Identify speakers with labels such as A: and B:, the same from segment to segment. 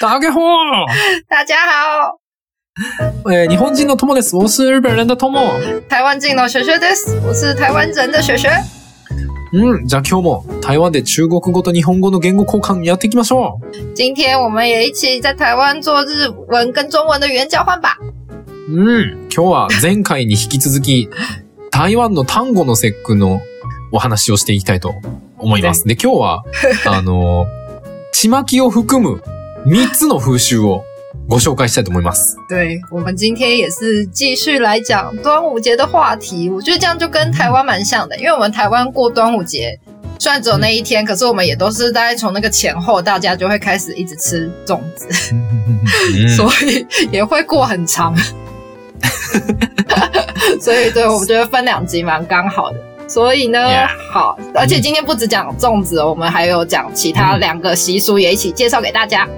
A: 打给我！
B: 大家好，
A: えー日本人の友です。我是日本人的友。
B: 台湾进の学学です。我是台湾人的学学。
A: うん、じゃあ今日も台湾で中国語と日本語の言語交換やっていきましょ
B: 今天我们也一起在台湾做日文跟中文的语言交换吧。
A: う。うん、今日は前回に引き続き、台湾の単語の節句のお話をしていきたいと思います。で、今日 は、あの、ちまきを含む3つの風習をご紹介したいと思います。
B: 对，我们今天也是继续来讲端午节的话题。我觉得这样就跟台湾蛮像的，因为我们台湾过端午节，虽然只有那一天，可是我们也都是大概从那个前后，大家就会开始一直吃粽子，
A: 嗯
B: 所以也会过很长。 所以对，我觉得分两集蛮刚好的。所以呢
A: Yeah
B: 好，而且今天不只讲粽子哦，我们还有讲其他
A: 嗯
B: 两个习俗，也一起介绍给大家。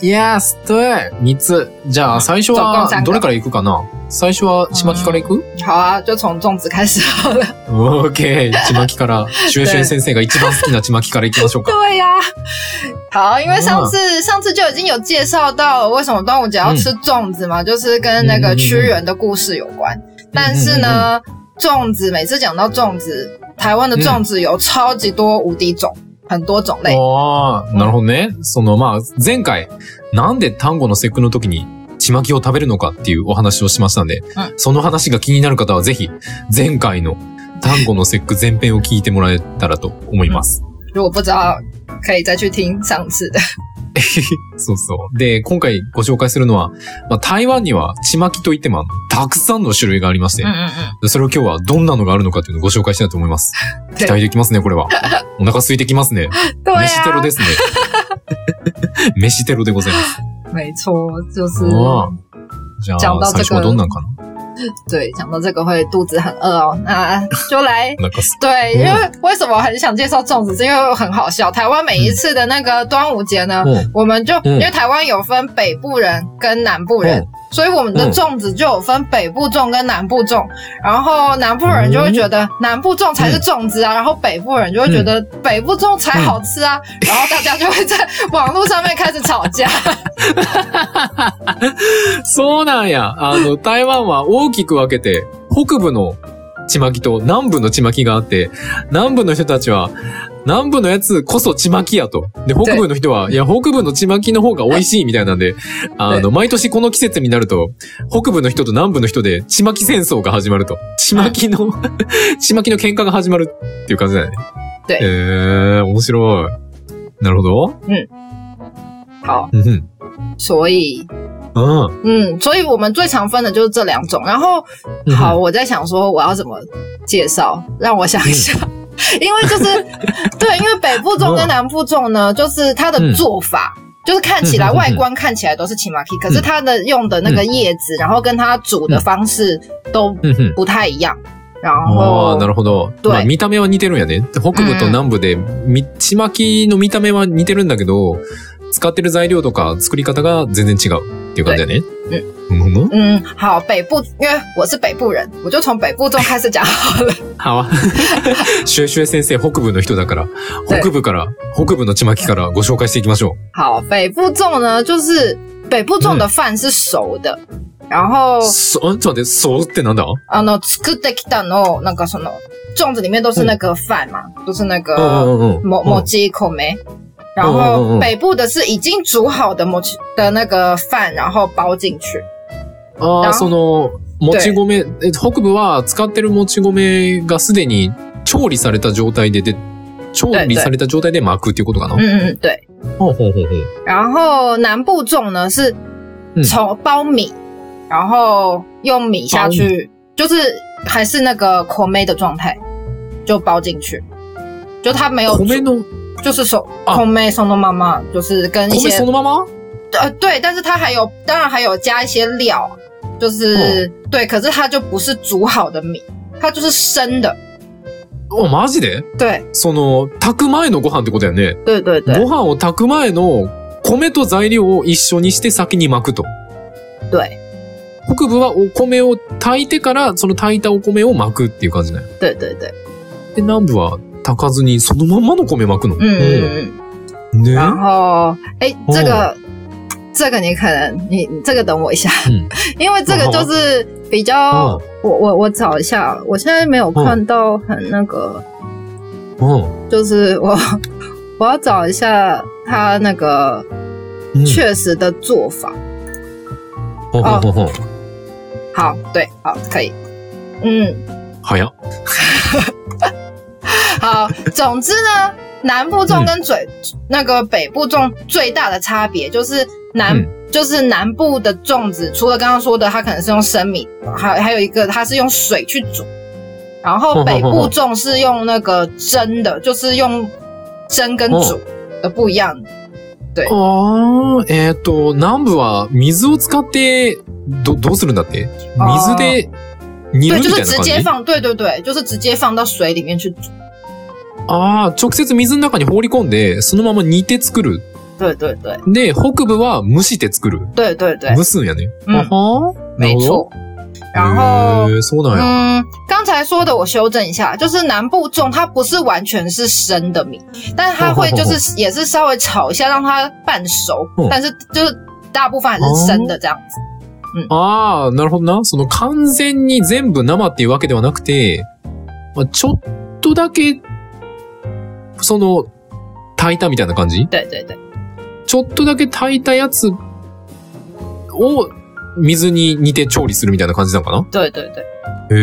A: yes, 对。3つ。じゃあ最初
B: うん
A: は、どれからいくかな最初は、ちまきからいく、
B: 好啊，就从粽子开始好了。
A: オーケー、ちまき から、シュエシュエ先生が一番好きなちまきからいきましょうか。
B: 对呀、好，因为上次、上次就已经有介绍到了为什么端午节要吃粽子嘛，就是跟那个屈原的故事有关。但是呢，粽子每次讲到粽子，台湾的粽子有超级多无敌种，很多种类。
A: ああ、なるほどね。その、まあ、前回、なんで単語の節句の時に、ちまきを食べるのかっていうお話をしましたんで、
B: ん
A: その話が気になる方はぜひ、前回の単語の節句前編を聞いてもらえたらと思います。
B: 如果不知道，可以再去听上次的。
A: そうそう。で、今回ご紹介するのは、まあ、台湾にはちまきといっても、たくさんの種類がありまして、
B: 嗯嗯。
A: それを今日はどんなのがあるのかっていうのをご紹介したいと思います。期待できますね、 これは。お腹空いてきますね。
B: 对
A: 飯テロ
B: 啊
A: で，すね。飯テロでございます。
B: 没错，就是
A: うんじゃあ、
B: ちゃんと
A: 最初はどんなんかな
B: 对。讲到这个会肚子很饿哦，那就来
A: お腹す
B: 对，
A: 嗯
B: 因为为什么很想介绍粽子，是因为很好笑。台湾每一次的那个端午节呢，
A: うん
B: 我们就、
A: 嗯
B: 因为台湾有分北部人跟南部人，
A: う
B: 所以我们的
A: 嗯
B: 粽子就有分北部粽跟南部粽。然后南部人就会觉
A: 嗯
B: 得南部粽才是粽子啊，然后北部人就会觉得北部粽才好吃啊，
A: 嗯
B: 然后大家就会在 网络上面开始吵架。
A: んそうなんや。あの、台湾は大きく分けて、北部のちまきと南部のちまきがあって、南部の人たちは、南部のやつこそちまきやと。で、北部の人は、いや、北部のちまきの方が美味しいみたいなんで、あの、毎年この季節になると、北部の人と南部の人で、ちまき戦争が始まると。ちまきの、 ちまきの喧嘩が始まるっていう感じだよね。
B: 对
A: えー、面白い。なるほど。
B: 好，
A: うんうん。
B: 所以
A: うん。
B: 嗯，所以我们最常分的就是这两种。然后
A: 嗯
B: 好，我在想说我要怎么介绍，让我想一下，
A: 嗯
B: 因为就是 对，因为北部粽跟南部粽呢，就是它的做法。就是看起来
A: 嗯嗯嗯嗯嗯
B: 外观看起来都是奇马 k 可是它的用的那个叶子，
A: 嗯
B: 然后跟它煮的方式都
A: うんうん。
B: 不太一样。然
A: ああ、
B: 后
A: なるほど。
B: 对
A: まあ、見た目は似てるんやね。北部と南部で、みちまきの見た目は似てるんだけど、使ってる材料とか作り方が全然違うっていう感じだね。うん。うん。
B: 嗯，好，北部，因为我是北部人，我就从北部粽开始讲好了。
A: は シュエシュエ先生、北部の人だから、
B: 对
A: 北部から、北部のちまきからご紹介していきましょ
B: 好，北部粽呢，就是北部粽的
A: 嗯
B: 饭是熟的，然后
A: う。そ、んちょっと待って、そうってなんだ
B: あの、作ってきたのを、なんかその、粽子里面都是那个饭嘛，
A: 嗯
B: 都是那
A: うんう
B: 个
A: んうん。
B: 某某鸡口梅。然
A: 嗯嗯嗯
B: 后
A: 嗯
B: 北部的是已经煮好的某的那个饭，然后包进去。
A: あ
B: な
A: あ、その、もち米、え北部は使ってるもち米がすでに調理された状態でで、調
B: 对
A: 理
B: 对
A: された状態で巻くっていうことかな
B: 嗯嗯嗯，对。
A: ほうほうほうほう。
B: 然后南部粽呢是
A: 嗯
B: 从包米，然后用米下去，就是还是那个口梅的状态，就包进去。就它没有煮，
A: 米の、
B: 就是手
A: 啊
B: 口梅送的妈妈，就是跟一
A: 米
B: 些
A: そのまま
B: 呃，对，但是它还有，当然还有加一些料，就是、
A: 哦
B: 对，可是它就不是煮好的米，它就是生的。
A: お、マジで
B: 对，
A: その、炊く前のご飯ってことだよね。
B: 对对
A: ご
B: 对
A: 飯を炊く前の米と材料を一緒にして先に巻くと。
B: 对
A: 北部はお米を炊いてから、その炊いたお米を巻くっていう感じだよ。
B: 对对对，
A: で、南部は炊かず
B: 嗯
A: にそのまんまの米巻くの。
B: 嗯嗯嗯。
A: うん。ね哦
B: 然后，哎，这个这个你可能你你这个等我一下，
A: 嗯
B: 因为这个就是比较，
A: 嗯
B: 我我我找一下，我现在没有看到很那个，
A: 嗯
B: 就是我我要找一下他那个
A: 嗯，
B: 确实的做法。
A: ほうほうほうほう
B: 好，对，好，可以，嗯，
A: 早っ。
B: 好，总之呢，南部粽跟嘴、那个北部粽最大的差别就是南、
A: 嗯
B: 就是南部的粽子，除了刚刚说的，它可能是用生米，还还有一个它是用水去煮，然后
A: 哼
B: 北
A: 哼
B: 部
A: 哼
B: 粽是用那个蒸的，就是用蒸跟煮的不一样。
A: ああ、えっ、と、南部は水を使って、ど、どうするんだって水で煮る
B: 对，
A: み
B: 就
A: たいな
B: 是直
A: 感じ
B: 接放，对对对，就是直接放到水里面去煮。
A: ああ、直接水の中に放り込んで、そのまま煮て作る。
B: 对对对
A: で、北部は蒸して作る。
B: 对对对，
A: 蒸すんやね。
B: うん
A: あはーな
B: 没
A: るほど。
B: 错。然后
A: へーそうなんや。
B: 嗯，刚才说的我修正一下，就是南部粽它不是完全是生的米，但是它会就是也是稍微炒一下让它半熟
A: 嗯，
B: 但是就是大部分还是生的这样子。
A: ああ、なるほどな。その完全に全部生っていうわけではなくて、まあ、ちょっとだけ、その、炊いたみたいな感じ
B: 对对对
A: ちょっとだけ炊いたやつを水に煮て調理するみたいな感じなのかな
B: 对对对。
A: へ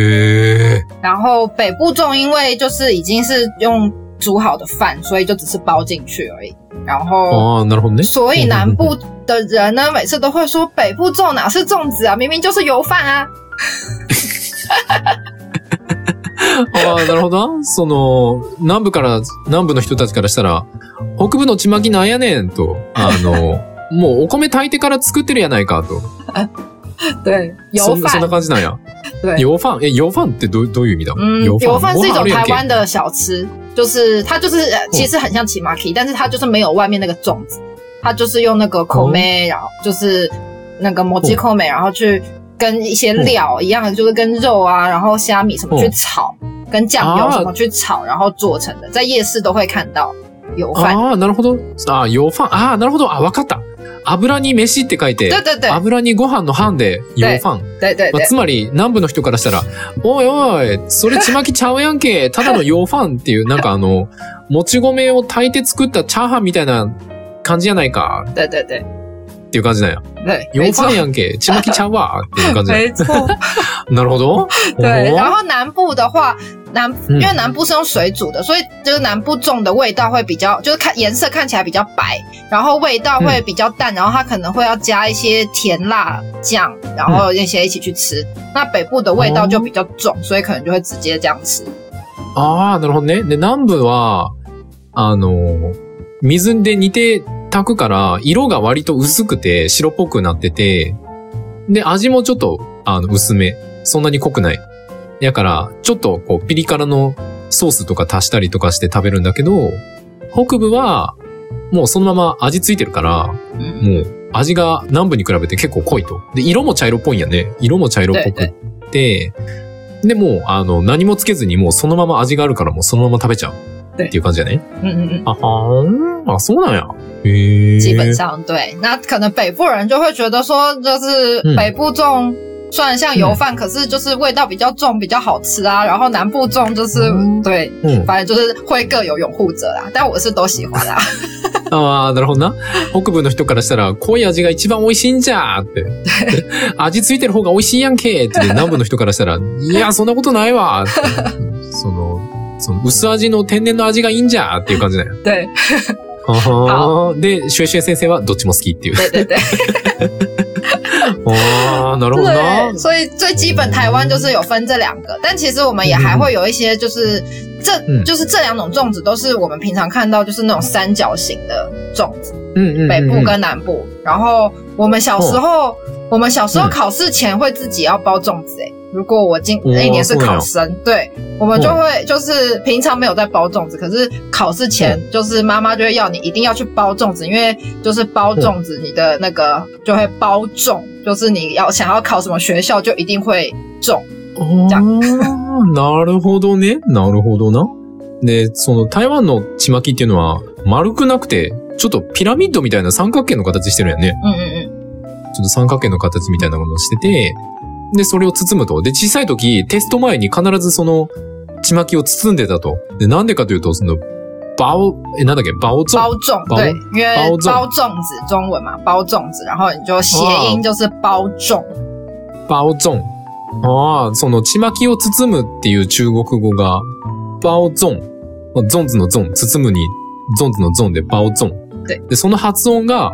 A: え。
B: 然后北部粽因为就是已经是用煮好的饭，所以就只是包进去而已。然后，
A: ああ、なるほどね。
B: 所以南部的人呢，每次都会说北部粽哪是粽子啊，明明就是油饭啊。
A: ああ、なるほどな。その、南部から、南部の人たちからしたら、北部のちまきなんやねんと、あの、 もうお米炊いてから作ってるやないかと。
B: 对，油
A: そんそ
B: 饭啊
A: んな。感じなんや。
B: 对，
A: 洋飯え、洋飯ってどうどういう意味だ
B: 嗯，油饭是一种台湾
A: 的。
B: 的小吃，就是它就是呃其实很像奇马 k 但是它就是没有外面那个粽子，它就是用那个口梅、然后就是那个摩吉口梅，然后去跟一些料一样，就是跟肉啊，然后虾米什么去炒，跟酱油
A: 啊
B: 什么去炒，然后做成的，在夜市都会看到油饭。
A: ああ、なるほど。ああ、洋飯。ああ、なるほど。あ、わかった。油に飯って書いて
B: 对、对对
A: 油にご飯の飯で洋飯。
B: 对对
A: まあ、
B: 对
A: つまり、南部の人からしたら、おいおい、それちまきちゃうやんけ、ただの洋ファンっていう、なんかあの、もち米を炊いて作ったチャーハンみたいな感じやないか、
B: 对对对
A: っていう感じなんや。
B: 对，
A: 洋
B: 没
A: フ
B: 错
A: ァンやんけ、ちまきちゃうわ、っていう感じなんや。
B: 没错。
A: なるほど。
B: 对，
A: おー
B: 然后南部的话，南因
A: 嗯
B: 为南部是用水煮的，所以就是南部种的味道会比较，就是看颜色看起来比较白，然后味道会
A: 嗯
B: 比较淡，然后它可能会要加一些甜辣酱，然后那些一起去吃。那北部的味道就比较重，所以可能就会直接这样吃。
A: ああ、なるほどね。で、南部は、あの、水で煮て炊くから、色が割と薄くて白っぽくなってて、で、味もちょっと、あの、薄め。そんなに濃くない。やから、ちょっと、こう、ピリ辛のソースとか足したりとかして食べるんだけど、北部は、もうそのまま味ついてるから、
B: 嗯，
A: もう味が南部に比べて結構濃いと。で、色も茶色っぽいんやね。色も茶色っぽくって。で、もう、あの、何もつけずにもうそのまま味があるからもうそのまま食べちゃう。
B: 对
A: っていう感じだね。
B: 嗯嗯嗯。
A: あはーん。あ、そうなんや。へえ。
B: 基本上对，嗯那可能北部人就会觉得说，就是
A: 嗯
B: 北部粽虽然像油饭，可是就是味道比较重，比较好吃啊。然后南部粽就是、
A: 嗯
B: 对，
A: うん。
B: 反正就是会各有拥护者啦，但我是都喜 欢啦。
A: ああ、なるほどな。北部の人からしたら、濃い味が一番美味しいんじゃーって。 味ついてる方が美味しいやんけーって、南部の人からしたら、いや、そんなことないわーって。その、その薄味の天然の味がいいんじゃーっていう感じだよ。
B: 对
A: ああ、で、シュエシュエ先生はどっちも好きっていう。
B: 对对对
A: ああ、なるほどな
B: 对，。所以最基本台湾就是有分这两个，但其实我们也还会有一些就是。这
A: 嗯
B: 就是这两种粽子都是我们平常看到，就是那种三角形的粽子，
A: うんうんうんうん
B: 北部跟南部。然后我们小时候，我们小时候
A: 哦嗯
B: 考试前会自己要包粽子、欸。如果我今
A: 哇
B: 那一年是
A: 会哦
B: 考生，对我们就会就是平常没有在包粽子，可是考试
A: 哦
B: 前就是妈妈就会要你一定要去包粽子，因为就是
A: 哦
B: 包粽子，你的那个就会包中，就是你要想要考什么学校就一定会中。じゃ
A: ああ、なるほどね。なるほどな。で、その台湾のちまきっていうのは丸くなくてちょっとピラミッドみたいな三角形の形してるやんね。
B: うんうん
A: ちょっと三角形の形みたいなものをしてて、で、それを包むと。で、小さい時、テスト前に必ずその、ちまきを包んでたと。で、なんでかというと、その、バオ、え、なんだっけ、バオ
B: 嗯，
A: ゾ
B: 包粽
A: 包
B: 对，因
A: 包
B: 为
A: 粽
B: 包粽子中文嘛，包粽子，然后你就谐
A: 哦
B: 音就是包粽，
A: バオゾン。ああ、その、ちまきを包むっていう中国語が、バオゾン。まあゾンズのゾン、包むに、ゾンズのゾンでバオゾン。
B: で
A: で、その発音が、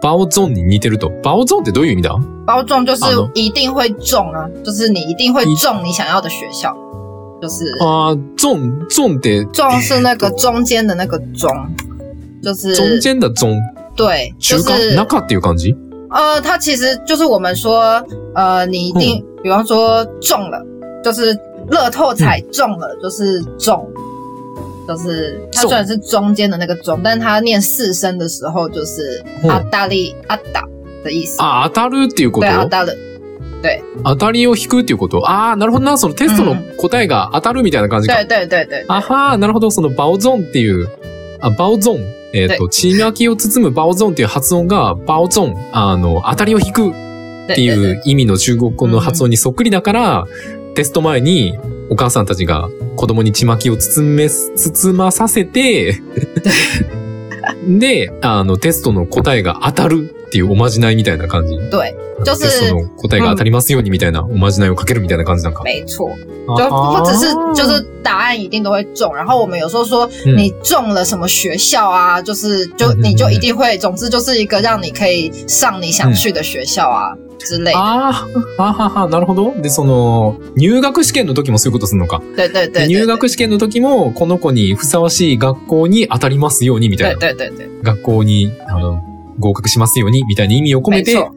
A: バオゾンに似てると。バオゾンってどういう意味だ
B: 包粽就是
A: 好的
B: 一定会中啊，就是你一定会中你想要的学校，就是
A: ああ、ゾン、ゾンって、
B: 中是那个中间的那个中，就是
A: ゾンジェンダゾン、
B: 对，就
A: 中間、
B: 是
A: 中っていう感じ
B: 呃，它其实就是我们说，呃，你一定，比方说中了，就是乐透彩中了，就是中，就是它
A: 中
B: 虽然是中间的那个中，但是它念四声的时候就是
A: 嗯
B: 阿达利阿达的意思，
A: あ、当たるっていうこ
B: 对，
A: と
B: 阿达了，
A: 当たりを引くっていうことああ、なるほどな。そのテストの答えが当たるみたいな感じか。
B: 对对对对，
A: あはー、なるほど。そのバオゾンっていう、あ、バオゾン。えっ、と、ちまきを包むバオゾンっていう発音が、バオゾン、あの、当たりを引くって
B: 对对
A: い
B: 对
A: う意味の中国語の発音にそっくりだから、テスト前にお母さんたちが子供にちまきを包め、包まさせ て、で、あの、テストの答えが当たるっていうおまじないみたいな感じ。
B: 对，就
A: テス
B: 是
A: トの答えが当たりますようにみたいなおまじないをかけるみたいな感じなんか。
B: 没错，就
A: 哦
B: 不只是就是答案一定都会中，然后我们有时候说
A: 嗯
B: 你中了什么学校啊，就是就
A: 嗯嗯
B: 你就
A: 嗯
B: 一定会，总之就是一个让你可以上你想去的学校啊之类的。
A: あーははは、なるほど。で、その、入学試験の時もそういうことするのか。
B: 对对对，
A: で
B: 对
A: 入学試験の時も、この子にふさわしい学校に当たりますようにみた
B: 对
A: いな。
B: 对对对，
A: 学校に、あの、合格しますようにみたいな意味を込
B: 没
A: めて、
B: 错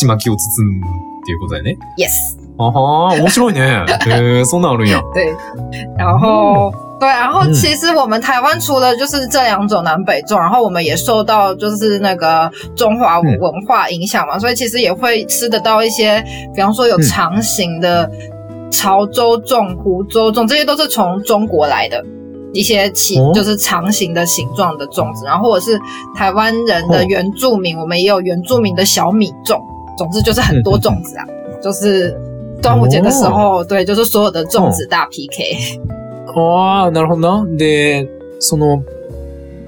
A: ちまきを包むっていうことだよね。
B: ，yes，
A: あはー、面白いね。へー、そんなんある んや。
B: 对，然
A: 哦
B: 后。对，然
A: 嗯
B: 后其实我们台湾除了就是这两种南北粽，然后我们也受到就是那个中华
A: 嗯
B: 文化影响嘛，所以其实也会吃得到一些，比方说有
A: 嗯
B: 长形的潮州粽、湖州粽，这些都是从中国来的一些形，
A: 哦
B: 就是长形的形状的粽子，然后或者是台湾人的
A: 哦
B: 原住民，我们也有原住民的小米粽，总之就是很
A: 嗯
B: 多粽子啊，就是端午节的时
A: 哦
B: 候，对，就是所有的粽子大 PK。
A: ああ、なるほどな。で、その、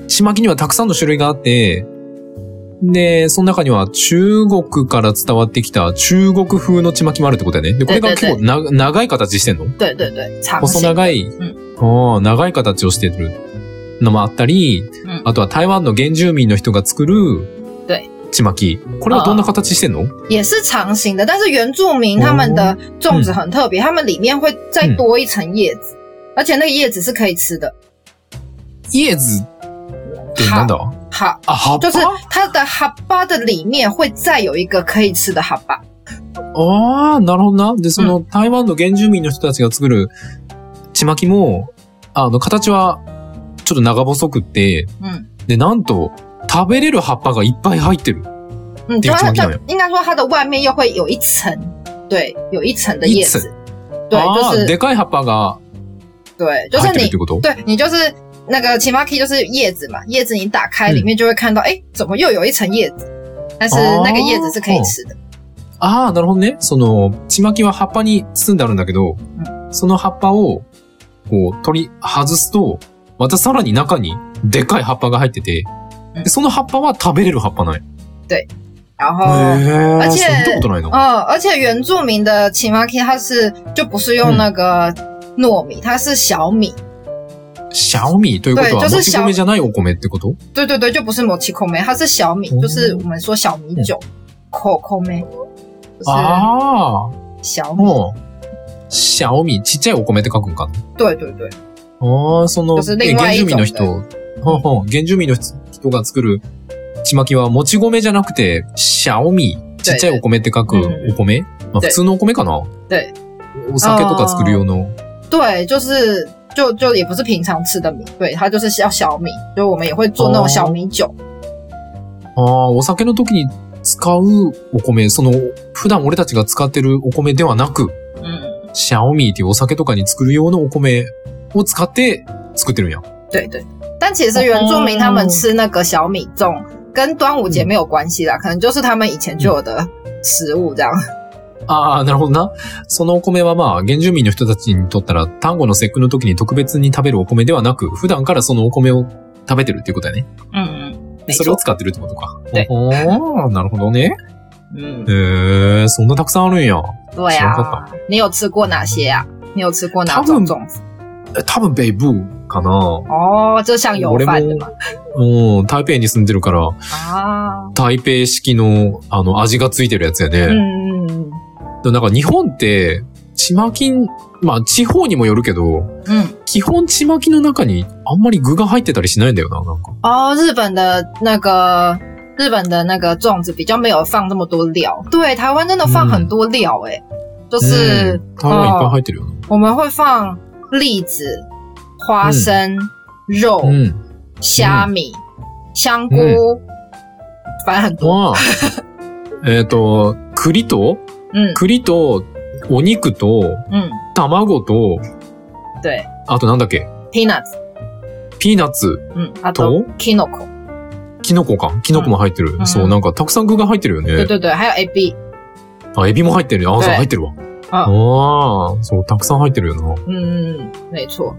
A: ちまきにはたくさんの種類があって、で、その中には中国から伝わってきた中国風のちまきもあるってことだよね。で、これが
B: でで
A: 結構な長い形してんの
B: 对对对，长
A: 細
B: 形。
A: 長い、あー長い形をしてるのもあったり、
B: ん
A: あとは台湾の原住民の人が作る
B: 对
A: ちまき。これはどんな形してんの
B: 也是长形的，但是原住民他们的粽子很特别，他们里面会再多一层叶子，而且那个叶子是可以吃的。
A: イエズってなんだ
B: 好，
A: あ、葉っぱ
B: 就是它的哈巴的里面会再有一个可以吃的哈巴。
A: ああ、なるほどな。で、その、台湾の原住民の人たちが作るちまきも、あの、形は、ちょっと長細くって、
B: 嗯
A: で、なんと、食べれる葉っぱがいっぱい入ってる。
B: 嗯，
A: 第一
B: 就它
A: 层没
B: 的
A: 有
B: 应该说它的外面又会有一层，对，有一层的叶
A: 一
B: 子。对，
A: あ
B: 就
A: あ、
B: 是
A: でかい葉っぱが
B: 对，就是
A: 入ってるっ
B: 你
A: てこと
B: 对你就是那个 c h i m a k i 就是叶子嘛，叶子你打开
A: 嗯
B: 里面就会看到，哎、怎么又有一层叶子？但是那个叶子是可以吃的。
A: ああ、なるほどね。その、ちまきは葉っぱに包んであるんだけど、その葉っぱを、こう、取り、外すと、またさらに中に、でかい葉っぱが入ってて、
B: うん
A: でその葉っぱは食べれる葉っぱない。
B: 然后，
A: へえ、
B: あ
A: そ
B: ち
A: う見たことないな。
B: 嗯，而且原住民的 c h i m a k i 它是就不是用那个糯米，它是小米。
A: シャオミということは、
B: 对
A: も
B: 就是
A: ち
B: 小
A: 米じゃないお米ってこと
B: 对对对，就不是摩奇口梅，它是小米，
A: 哦
B: 就是我们说小米酒，口口梅，就是
A: あ
B: 小
A: あ、
B: 米。
A: もう、シャオミ、ちっちゃいお米って書くんかな
B: 对对对，
A: ああ、その、
B: 私
A: え
B: 另
A: 原
B: 外
A: 住
B: 一
A: 民
B: 種
A: の人、ほうほう原住民の人が作るちまきは、もち米じゃなくて、シャオミ、ちっちゃいお米って書く
B: うん
A: お米、まあ、普通のお米かな
B: 对
A: お酒とか作る用の。
B: 对，就是就就也不是平常吃的米，对，它就是要小米，就我们也会做那种小米酒。
A: ああ、お酒の時に使うお米、その、普段俺たちが使ってるお米ではなく、
B: 嗯，
A: シャオミっていうお酒とかに作る用のお米を使って作ってるんや。
B: 对对。但但其实原住民他们吃那个小米粽，跟端午节没有关系啦，可能就是他们以前就有的食物这样。
A: ああ、なるほどな。そのお米はまあ、原住民の人たちにとったら、単語の節句の時に特別に食べるお米ではなく、普段からそのお米を食べてるっていうことやね。
B: 嗯嗯，没
A: それを
B: 错，
A: 使ってるってことか。
B: 对
A: おーなるほどね。
B: 嗯
A: へ，えー、そんなたくさんあるんや。
B: 对
A: 喜欢喝
B: 啊。你有吃过哪些啊？你有吃过哪种粽子？
A: え多分、ベイブーかな。
B: 哦，就像油
A: 俺も
B: 饭的嘛。
A: うん、台北に住んでるから、
B: 啊，
A: 台北式の、あの、味がついてるやつやね。
B: 嗯嗯嗯
A: でもなんか日本って、ちまきん、まあ地方にもよるけど、
B: 嗯嗯。
A: 基本ちまきの中にあんまり具が入ってたりしないんだよな、なんか。
B: 哦，日本的那个日本的那个粽子比较没有放这么多料，对，台湾真的放很多料诶、就是、
A: うん、台湾いっぱい入ってるよな。
B: 我们会放栗子、花生、肉、
A: うん。
B: 虾米、香菇，反正很多，
A: は、 えっと、栗と、
B: 嗯
A: 栗と、お肉と、
B: 嗯，
A: 卵と、
B: 对
A: あとなんだっけ、
B: ，peanuts，
A: ピーナッツ、
B: 嗯，阿
A: 头
B: kinoko，
A: キノコか。キノコも入ってる。
B: うん
A: そう、なんかたくさん具が入ってるよね。
B: 对对对，还有 ab，
A: あ、エビも入ってるね。あ、そう、
B: はい
A: 入ってるわ。ああ、そう、たくさん入ってるよな。
B: 嗯，没错，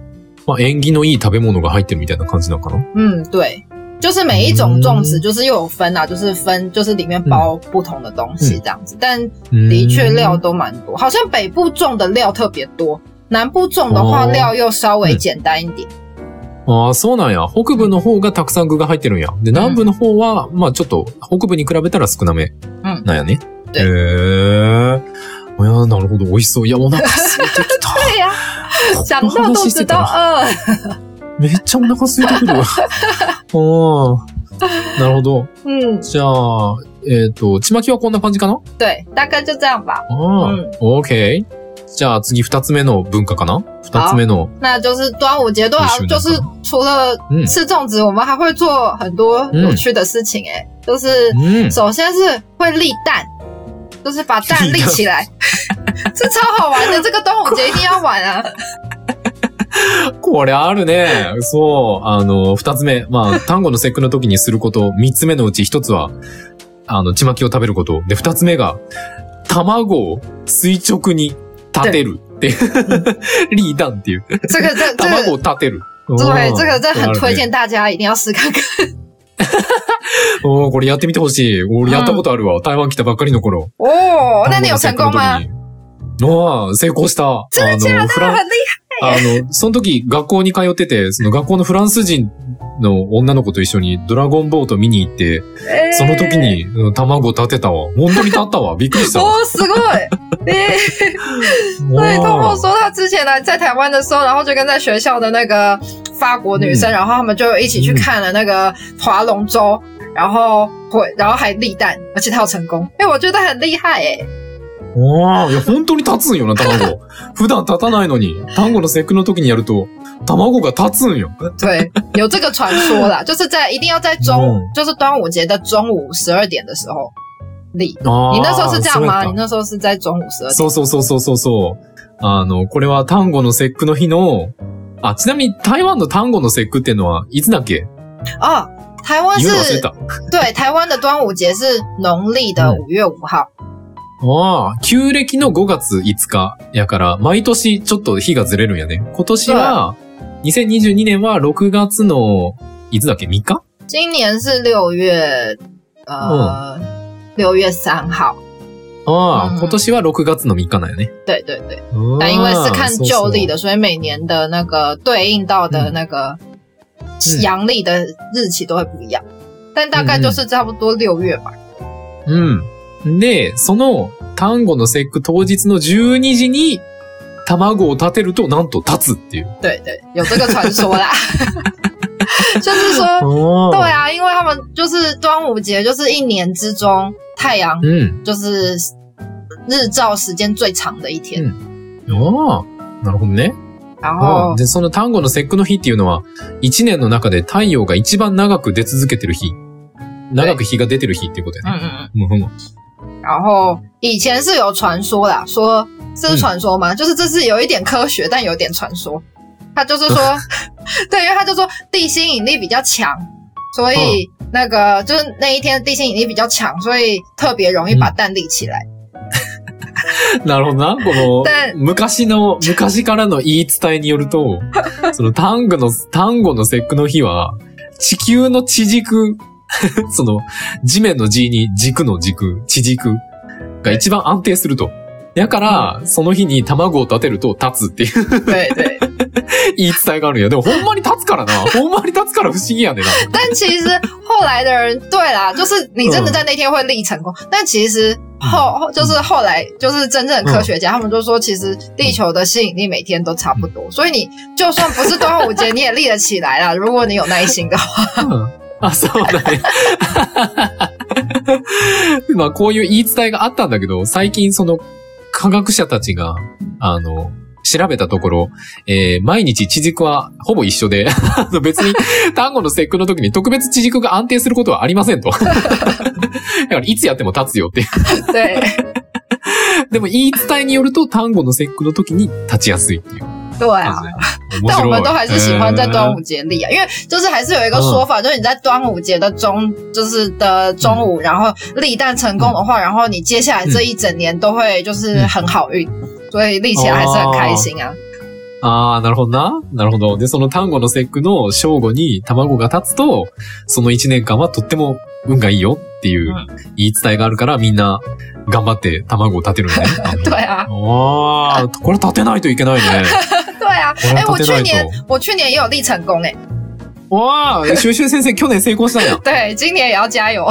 A: まあ、縁起のいい食べ物が入ってるみたいな感じなのかな。
B: 嗯，对，就是每一种粽子
A: 嗯
B: 就是又有分啊，就是分就是里面包不同的东西这样子，但
A: うん
B: 的确料都蛮多，好像北部种的料特别多，南部种的话
A: 哦嗯
B: 料又稍微简单一点。
A: ああ、そうなんや。北部の方がたくさん具が入ってるんや。で、南部の方は、まあちょっと、北部に比べたら少なめ。
B: うん
A: なんやね。
B: で
A: へえ。いや、なるほど。美味しそう。いや、お腹空いてき た。
B: 对 呀、想
A: この
B: 到都
A: 話し
B: 知
A: てた
B: 道呃
A: ら、
B: 饿。
A: めっちゃお腹空いてく るわ。ああ。なるほど。
B: 嗯，
A: じゃあ、えっ、と、ちまきはこんな感じかな
B: 对，大概就这样吧。嗯
A: ああ、
B: うん
A: オーケー。じゃあ次二つ目の文化かな二つ目の。
B: 那就是端午节，对啊
A: 必须，的
B: 就是除了
A: 嗯
B: 吃粽子，我们还会做很多有趣的事情、欸。哎、就是
A: うん。
B: 首先是会立蛋，就是把蛋立起来， 这超好玩的。这个端午节一定要玩啊！
A: これあるね。そう。あの、二つ目。まあ、単語の節句の時にすること。三つ目のうち一つは、あの、ちまきを食べること。で、二つ目が、卵を垂直に立てるっていう。リーダンっていう。
B: 这个这这
A: 卵を
B: 个。
A: 立てる。
B: 对，这个
A: 这
B: 这很推荐大家一定要试看看。
A: おーこれやってみてほしい。俺やったことあるわ。台湾来たばっかりの頃。
B: 哦，那
A: 単
B: 你
A: 語
B: 有
A: の
B: 成
A: 節句の時
B: 功吗？
A: にああ、成功した。あの、フラン
B: 很厉
A: あの、その時学校に通ってて、その学校のフランス人の女の子と一緒にドラゴンボート見に行って、
B: 害！哎
A: その時にうん卵立てたわ。本当に立 ったわ。びっくりしたわ。
B: 哦，すごい！诶对，透露说他之前来在台湾的时候，然后就跟在学校的那个法国女生，然后他们就一起去看了那个划龙舟，然后回，然后还立蛋，而且他有成功，哎、我觉得很厉害哎、
A: わあ、いや、本当に立つんよな、卵。 普段立たないのに、単語の節句の時にやると、卵が立つん よ。
B: 对，有这个传说 啦，就是在一定要在中午，
A: 嗯
B: 就是端午节的中午十二点的时候立。
A: ああ
B: 你那时候哦是这样吗？
A: そうや
B: 你
A: った
B: 那时候是在中午十二点？
A: そうそうそうそうそうそう。あの、これは単語の節句の日の、あ、ちなみに台湾の単語の節句っていうのは、いつだっけ
B: 啊、台湾
A: 言うの忘れ
B: 是嗯
A: た。
B: 对台湾的端午节是农历的五月五号。
A: ああ、旧暦の5月5日やから、毎年ちょっと日がずれるんやね。今年は、2022年は6月の、いつだっけ ?3 日
B: 今年是六月，呃，六、月三号。
A: ああ、
B: うん
A: 今年は6月の3日なんやね。
B: 对对对，
A: あ
B: 但因为啊是
A: あ
B: 嗯看
A: そうそ
B: 旧
A: う
B: 历的，所以每年的那个对应到的那个阳历的日期都会不一样，但大概就是差不多六月吧。
A: うん。で、その、単語の節句当日の12時に、卵を立てると、なんと立つっていう。
B: 对对，有这个传说啦， 就是说，对
A: ああ。
B: 啊，因为他们就是端午节，就是一年之中太阳
A: うん。
B: 就是日照时间最长的一天，
A: ああ。なるほどね。
B: 然
A: あ
B: 后
A: あで、その単語の節句の日っていうのは、一年の中で太陽が一番長く出続けてる日。長く日が出てる日っていうことや
B: 嗯
A: ね。
B: 嗯嗯。
A: うんうん。
B: 然后以前是有传说啦，说这是传说吗？就是这是有一点科学，但有点传说。他就是说，对，因为他就说地心引力比较强，所以那个就是那一天地心引力比较强，所以特别容易把蛋立起来。
A: なるほどな。こ
B: で
A: の、昔の、昔からの言い伝えによると、その単語の、単語の節句の日は、地球の地軸、 その、地面の地に軸の軸、地軸が一番安定すると。やから、その日に卵を立てると立つっていう
B: 对对，
A: 言い伝えがあるんや。でもほんまに立つからな。ほんまに立つから不思议やねんな。
B: 但其实后来的人，对啦，就是你真的在那天会立成功，但其实后后就是后来就是真正的科学家，他们就说，其实地球的吸引力每天都差不多，所以你就算不是端午节，你也立得起来 啦。如果你有耐心的话，
A: うんあ、そうなんや。 まあ、こういう言い伝えがあったんだけど、最近その科学者たちが、あの、調べたところ、えー毎日地軸はほぼ一緒で、 あの別に単語の節句の時に特別地軸が安定することはありませんと。だ からいつやっても立つよっていう。
B: 对
A: でも言い伝えによると単語の節句の時に立ちやすいっていう
B: 对啊。
A: 感じね。面
B: 但
A: 白
B: 我
A: い
B: 们都还是喜欢在端午
A: えー
B: 节立啊，因为就是还是有一个说法，就是你在端午节的中，就是的中午，然后立蛋成功的话，然后你接下来这一整年都会就是很好运，所以立起来还是很开心啊。
A: ああ、なるほどな。なるほど。で、その単語の節句の正午に卵が立つと、その1年間はとっても運がいいよっていう
B: うん
A: 言い伝えがあるから、みんな頑張って卵を立てるんだね。
B: 对
A: あ
B: 啊，
A: あ、これ立てないといけないね。
B: 对啊。
A: これ
B: 哎、我
A: 立て
B: 去
A: ない
B: 年
A: と。
B: 我去年也有立成功哎、
A: わあ、シュシュ先生去年成功したんや。
B: 对，今年也要加油。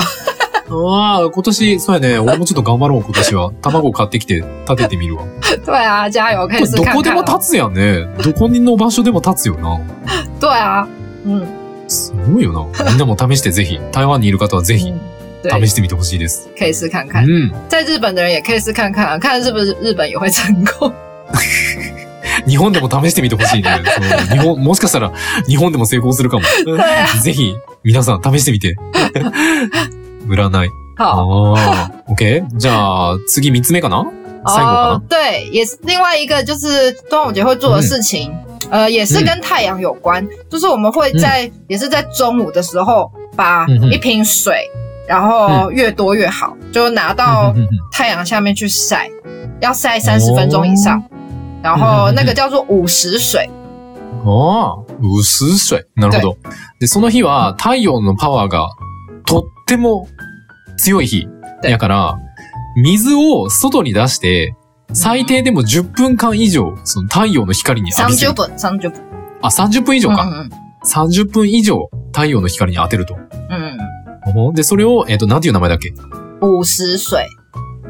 A: わあ、今年、そうやね。俺もちょっと頑張ろう、今年は。卵買ってきて立ててみるわ。こ
B: 对啊，加油，可以
A: れ
B: 试
A: ど
B: 看
A: こで
B: 看
A: も
B: 啊、
A: 立つやんね。どこの場所でも立つよな。
B: 对啊，嗯，
A: すごいよな。みんなも試してぜひ、台湾にいる方はぜひ
B: 嗯对，嗯
A: 試してみてほしいです。
B: 可以试看看。
A: うん。
B: 在日本的人也可以试看看啊，看是不是日本也会成功。
A: 日本でも試してみてほしい ね。その日本、もしかしたら日本でも成功するかも。ぜひ、皆さん試してみ て。占い。
B: 好。
A: ああ。OK? じゃあ、次3つ目かな最後か
B: 哦，对，也是另外一个就是端午节会做的事情，呃，也是跟太阳有关，就是我们会在、也是在中午的时候把
A: 嗯哼
B: 一瓶水，然后越多越好，就拿
A: な
B: 到
A: うんうんうん
B: 太阳下面去晒，要晒三十分钟以上，然
A: 嗯
B: 后
A: 哼
B: 那个叫做午时水，
A: ああ、薄水。なるほど。で、その日は太陽のパワーがとっても強い日。
B: で
A: だから、水を外に出して、最低でも10分間以上、その太陽の光に浴
B: 三
A: びせ
B: 九
A: る。
B: 本，三九本，
A: あ、30分以上か。
B: 嗯
A: 30分以上太陽の光に当てると。
B: 嗯
A: で、それを、えっ、と、なんていう名前だっけ
B: 嗯，午时水，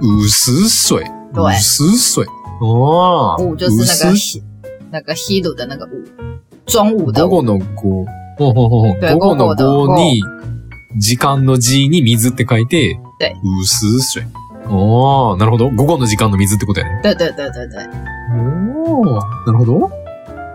A: 薄水。
B: 对
A: 薄水。ああ。
B: 午就是那
A: 薄
B: 个
A: 水
B: 那个 h i 的那个午，中午的
A: 午後
B: 午，
A: の午。ほうほうほうほう
B: 对
A: 午後の
B: 午後
A: 午
B: の午
A: に、時間の時に水って書いて、
B: 对
A: 薄水。ああ、なるほど。午後の時間の水ってことやね。
B: 对对对对对。
A: おお、なるほど。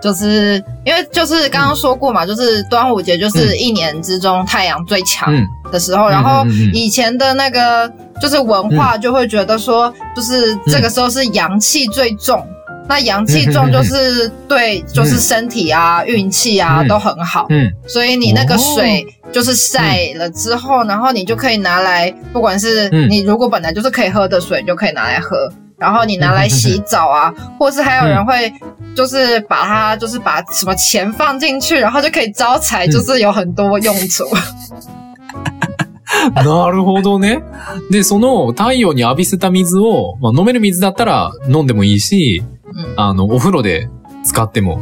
B: 就是因为就是刚刚说过嘛，就是端午节就是一年之中太阳最强
A: うん。
B: 的时候，然后
A: 嗯嗯嗯嗯嗯
B: 以前的那个就是文化就会觉得说，就是这个时候是阳气最重。
A: 嗯
B: 那阳气重就是对，就是身体啊、运气啊
A: 嗯
B: 都很好，
A: うん。
B: 所以你那个水就是晒了之后，然后你就可以拿来，不管是
A: 嗯
B: 你如果本来就是可以喝的水，你就可以拿来喝。然后你拿来洗澡啊，
A: 嗯
B: 或是还有人会就是把它就是把什么钱放进去，然后就可以招财，
A: 嗯
B: 就是有很多用 处。
A: なるほどね。で、その太陽に浴びせた水を、まあ、飲める水だったら飲んでもいいし、
B: うん
A: あの、お風呂で使っても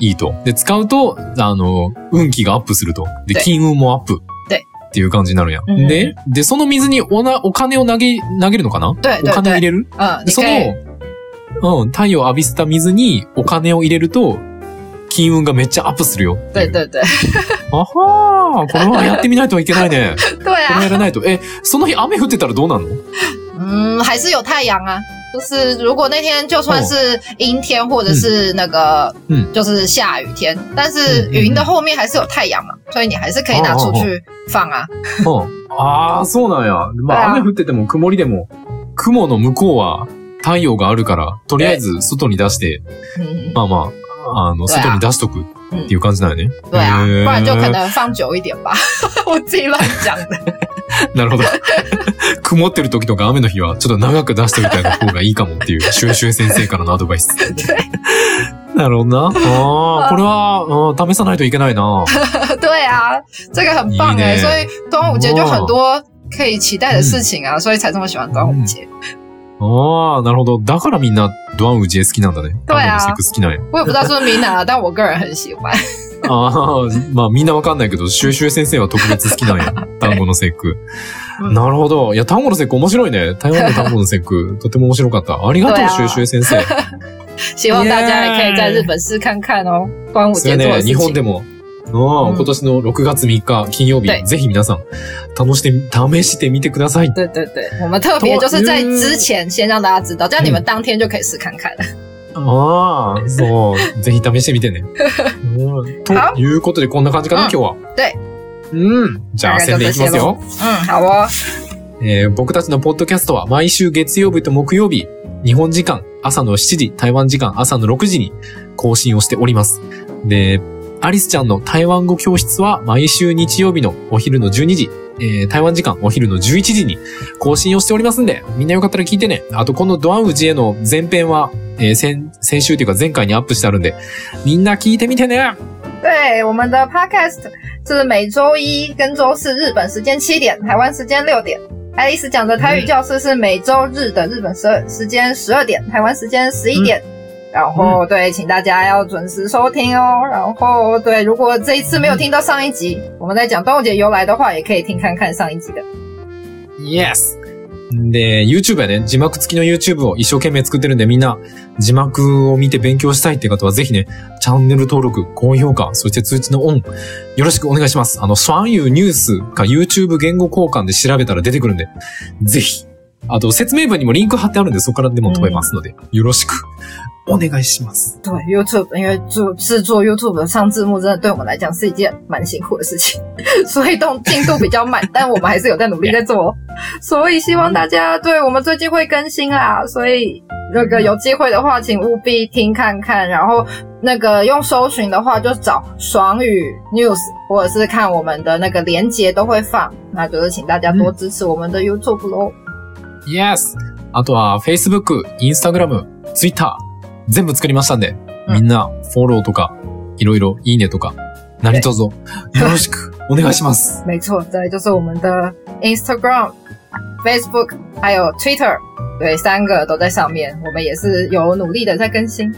A: いいと。で、使うと、あの、運気がアップすると。で、
B: で
A: 金運もアップ。
B: で
A: っていう感じになるやん。
B: うん
A: で、で、その水におな、お金を投げ、投げるのかな
B: 对
A: お
B: 对
A: 金を入
B: 对，
A: れる
B: 嗯，
A: で
B: 你
A: そ
B: 可以，
A: の、うん、太陽を浴びせた水にお金を入れると、金運がめっちゃアップするよっていう。
B: 对对对，
A: あはーこれはやってみないといけない ね。こ
B: 对
A: れ
B: 啊
A: や，らないと。え、その日雨降ってたらどうなんの
B: 嗯，还是有太阳啊。就是如果那天就算是阴天，或者是那个，
A: 嗯
B: 嗯，就是下雨天，但是
A: 嗯哦嗯
B: 云的后面还是有太阳嘛，所以你还是可以拿出去放啊。
A: うん。ああ、そうなんや。ま
B: あ
A: あ、
B: あ
A: 雨降ってても曇りでも、雲の向こうは太陽があるから、とりあえず外に出して、
B: 嗯，
A: 哦まあまあ、あの、
B: 对啊
A: 外に出しとくっていう感じなんやね。
B: 对啊，
A: へー
B: 不然就可能放久一点吧。 我自己乱讲的。
A: なるほど。 曇ってる時とか雨の日は、ちょっと長く出しておいた方がいいかもっていう、シュンシュン先生からのアド バイス。なるほどな。ああ、これは、うん試さないといけないな。
B: 对啊，这个很棒
A: 你呢哦
B: 哎、所以端午节就很多可以期待的事情啊，所以才这么喜欢端午节。
A: 嗯ああ、なるほど。だからみんな、ドアンウジエ好きなんだね。ド
B: 对啊
A: アンウジエ好き なんや。
B: 我也不知道是不是米娜，但我个人很 喜欢。
A: ああ、まあみんなわかんないけど、シューシュー先生は特別好きなんや。単語の節句。
B: うん
A: なるほど。いや、単語の節句面白いね。台湾の単語の節句、とても面白かった。ありがと
B: 对
A: う、
B: 啊
A: シューシュー先 生。
B: 希望大家也可
A: 哎
B: 以在日本试看看哦，端午
A: それ
B: 节做的
A: ね、
B: 事
A: 日本
B: 情。
A: でも、ああ
B: うん
A: 今年の6月3日金曜
B: 对
A: 日、ぜひ皆さん、楽して、試してみてください。
B: 对对对，我们特别就是在之前先让大家知道，这样你们当天就可以试看看了。
A: あ あ、そう。ぜひ試してみてね。うんと
B: 好
A: いうことで、こんな感じかな、
B: う
A: 今
B: ん
A: 日は。
B: 对
A: うん。じゃあ、
B: あり
A: 宣
B: がとう
A: 伝いきますよ。
B: 嗯，好哦，
A: えー僕たちのポッドキャストは毎週月曜日と木曜日、日本時間朝の7時、台湾時間朝の6時に更新をしております。で、アリスちゃんの台湾語教室は毎週日曜日のお昼の12時、えー台湾時間お昼の11時に更新をしておりますんで、みんなよかったら聞いてね。あと、このドアンウジへの前編は、えー先、先週というか前回にアップしてあるんで、みんな聞いてみてね
B: 对我们的 podcast 是每周一跟周四日本时间七点，台湾时间六点。爱丽丝讲的台语教室是每周日的日本时时间十二点，台湾时间十一点。然后对，请大家要准时收听哦。然后对，如果这一次没有听到上一集，我们在讲端午节由来的话，也可以听看看上一集的。
A: Yes! で、YouTube やね、字幕付きの YouTube を一生懸命作ってるんで、みんな、字幕を見て勉強したいって方は、ぜひね、チャンネル登録、高評価、そして通知のオン、よろしくお願いします。あの、スワンユーニュースか YouTube 言語交換で調べたら出てくるんで、ぜひ。あと、説明文にもリンク貼ってあるんで、そこからでも飛べますので、よろしく、お願いします。
B: 对 YouTube，因为做制作 YouTube 上字幕，真的对我们来讲是一件蛮辛苦的事情， 所以动进度比较慢，但我们还是有在努力在做哦。所以希望大家对我们最近会更新啦，所以那个有机会的话，请务必听看看，然后那个用搜寻的话，就找爽语 News，或者是看我们的那个连接都会放，那就是请大家多支持我们的 YouTube 喽。
A: Yes! あとは、Facebook、Instagram、Twitter、全部作りましたんで、
B: うん
A: みんな、フォローとか、いろいろ、いいねとか、何卒、よろしく、お願いします。
B: 没错，再来就是我们的 Instagram、Facebook 还有 Twitter，对，三个都在上面。我们也是有努力的在更新，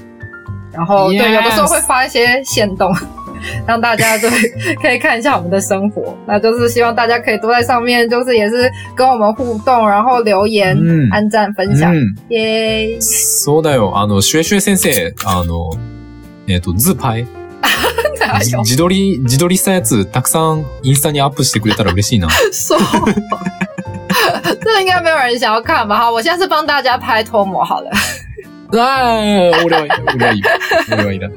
B: 然后
A: Yes
B: 对，有的时候会发一些线动， 让大家就是可以看一下我们的生活。那就是希望大家可以多在上面，就是也是跟我们互动，然后留言、
A: うん。
B: 按赞、分享，
A: うん。
B: 耶、
A: そうだよ。あの、シュエシュエ先生、あの、えっ、と、ズーパイ、
B: 哪
A: じ
B: 有
A: 自撮り、自撮りしたやつ、たくさんインスタにアップしてくれたら嬉しいな。
B: 说？ 这应该没有人想要看吧？好，我现在是帮大家拍脱模好了。
A: あー俺はいい。俺はいい。俺はいいだ。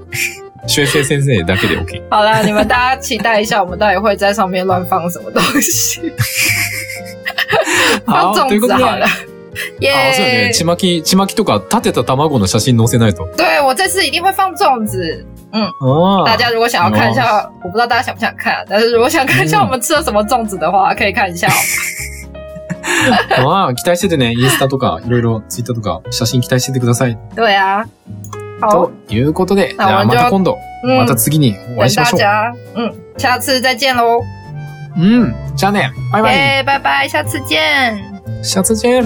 A: シュエシュエ先生だけで OK。
B: 好了，你们大家期待一下，我们到底会在上面乱放什么东 西？放
A: 好、とい
B: 粽
A: うこ
B: 子
A: とで。
B: 好了
A: あ、
B: 耶、
A: ー、そうだね。ちまき、ちまきとか、立てた卵の写真載せないと。
B: 对我这次一定会放粽子。
A: あ
B: 大家如果想要看一下，我不知道大家想不想看，但是如果想看一下
A: 哦嗯
B: 我们吃了什么粽子的话，可以看 一下哦。
A: あ、まあ、期待しててね、インスタとか、いろいろ、ツイッターとか、写真期待しててください。
B: 对啊，好
A: と，いうことで、じ
B: あ
A: ゃあ
B: じ
A: ま
B: ゃあ
A: た今度、
B: 嗯
A: ま，た次にお会い
B: 等
A: しま
B: 大
A: しょ
B: 家，嗯，下次再见喽。
A: う。うん。じゃあね、バイバイ。
B: 耶，拜拜，下次见。
A: 下次见。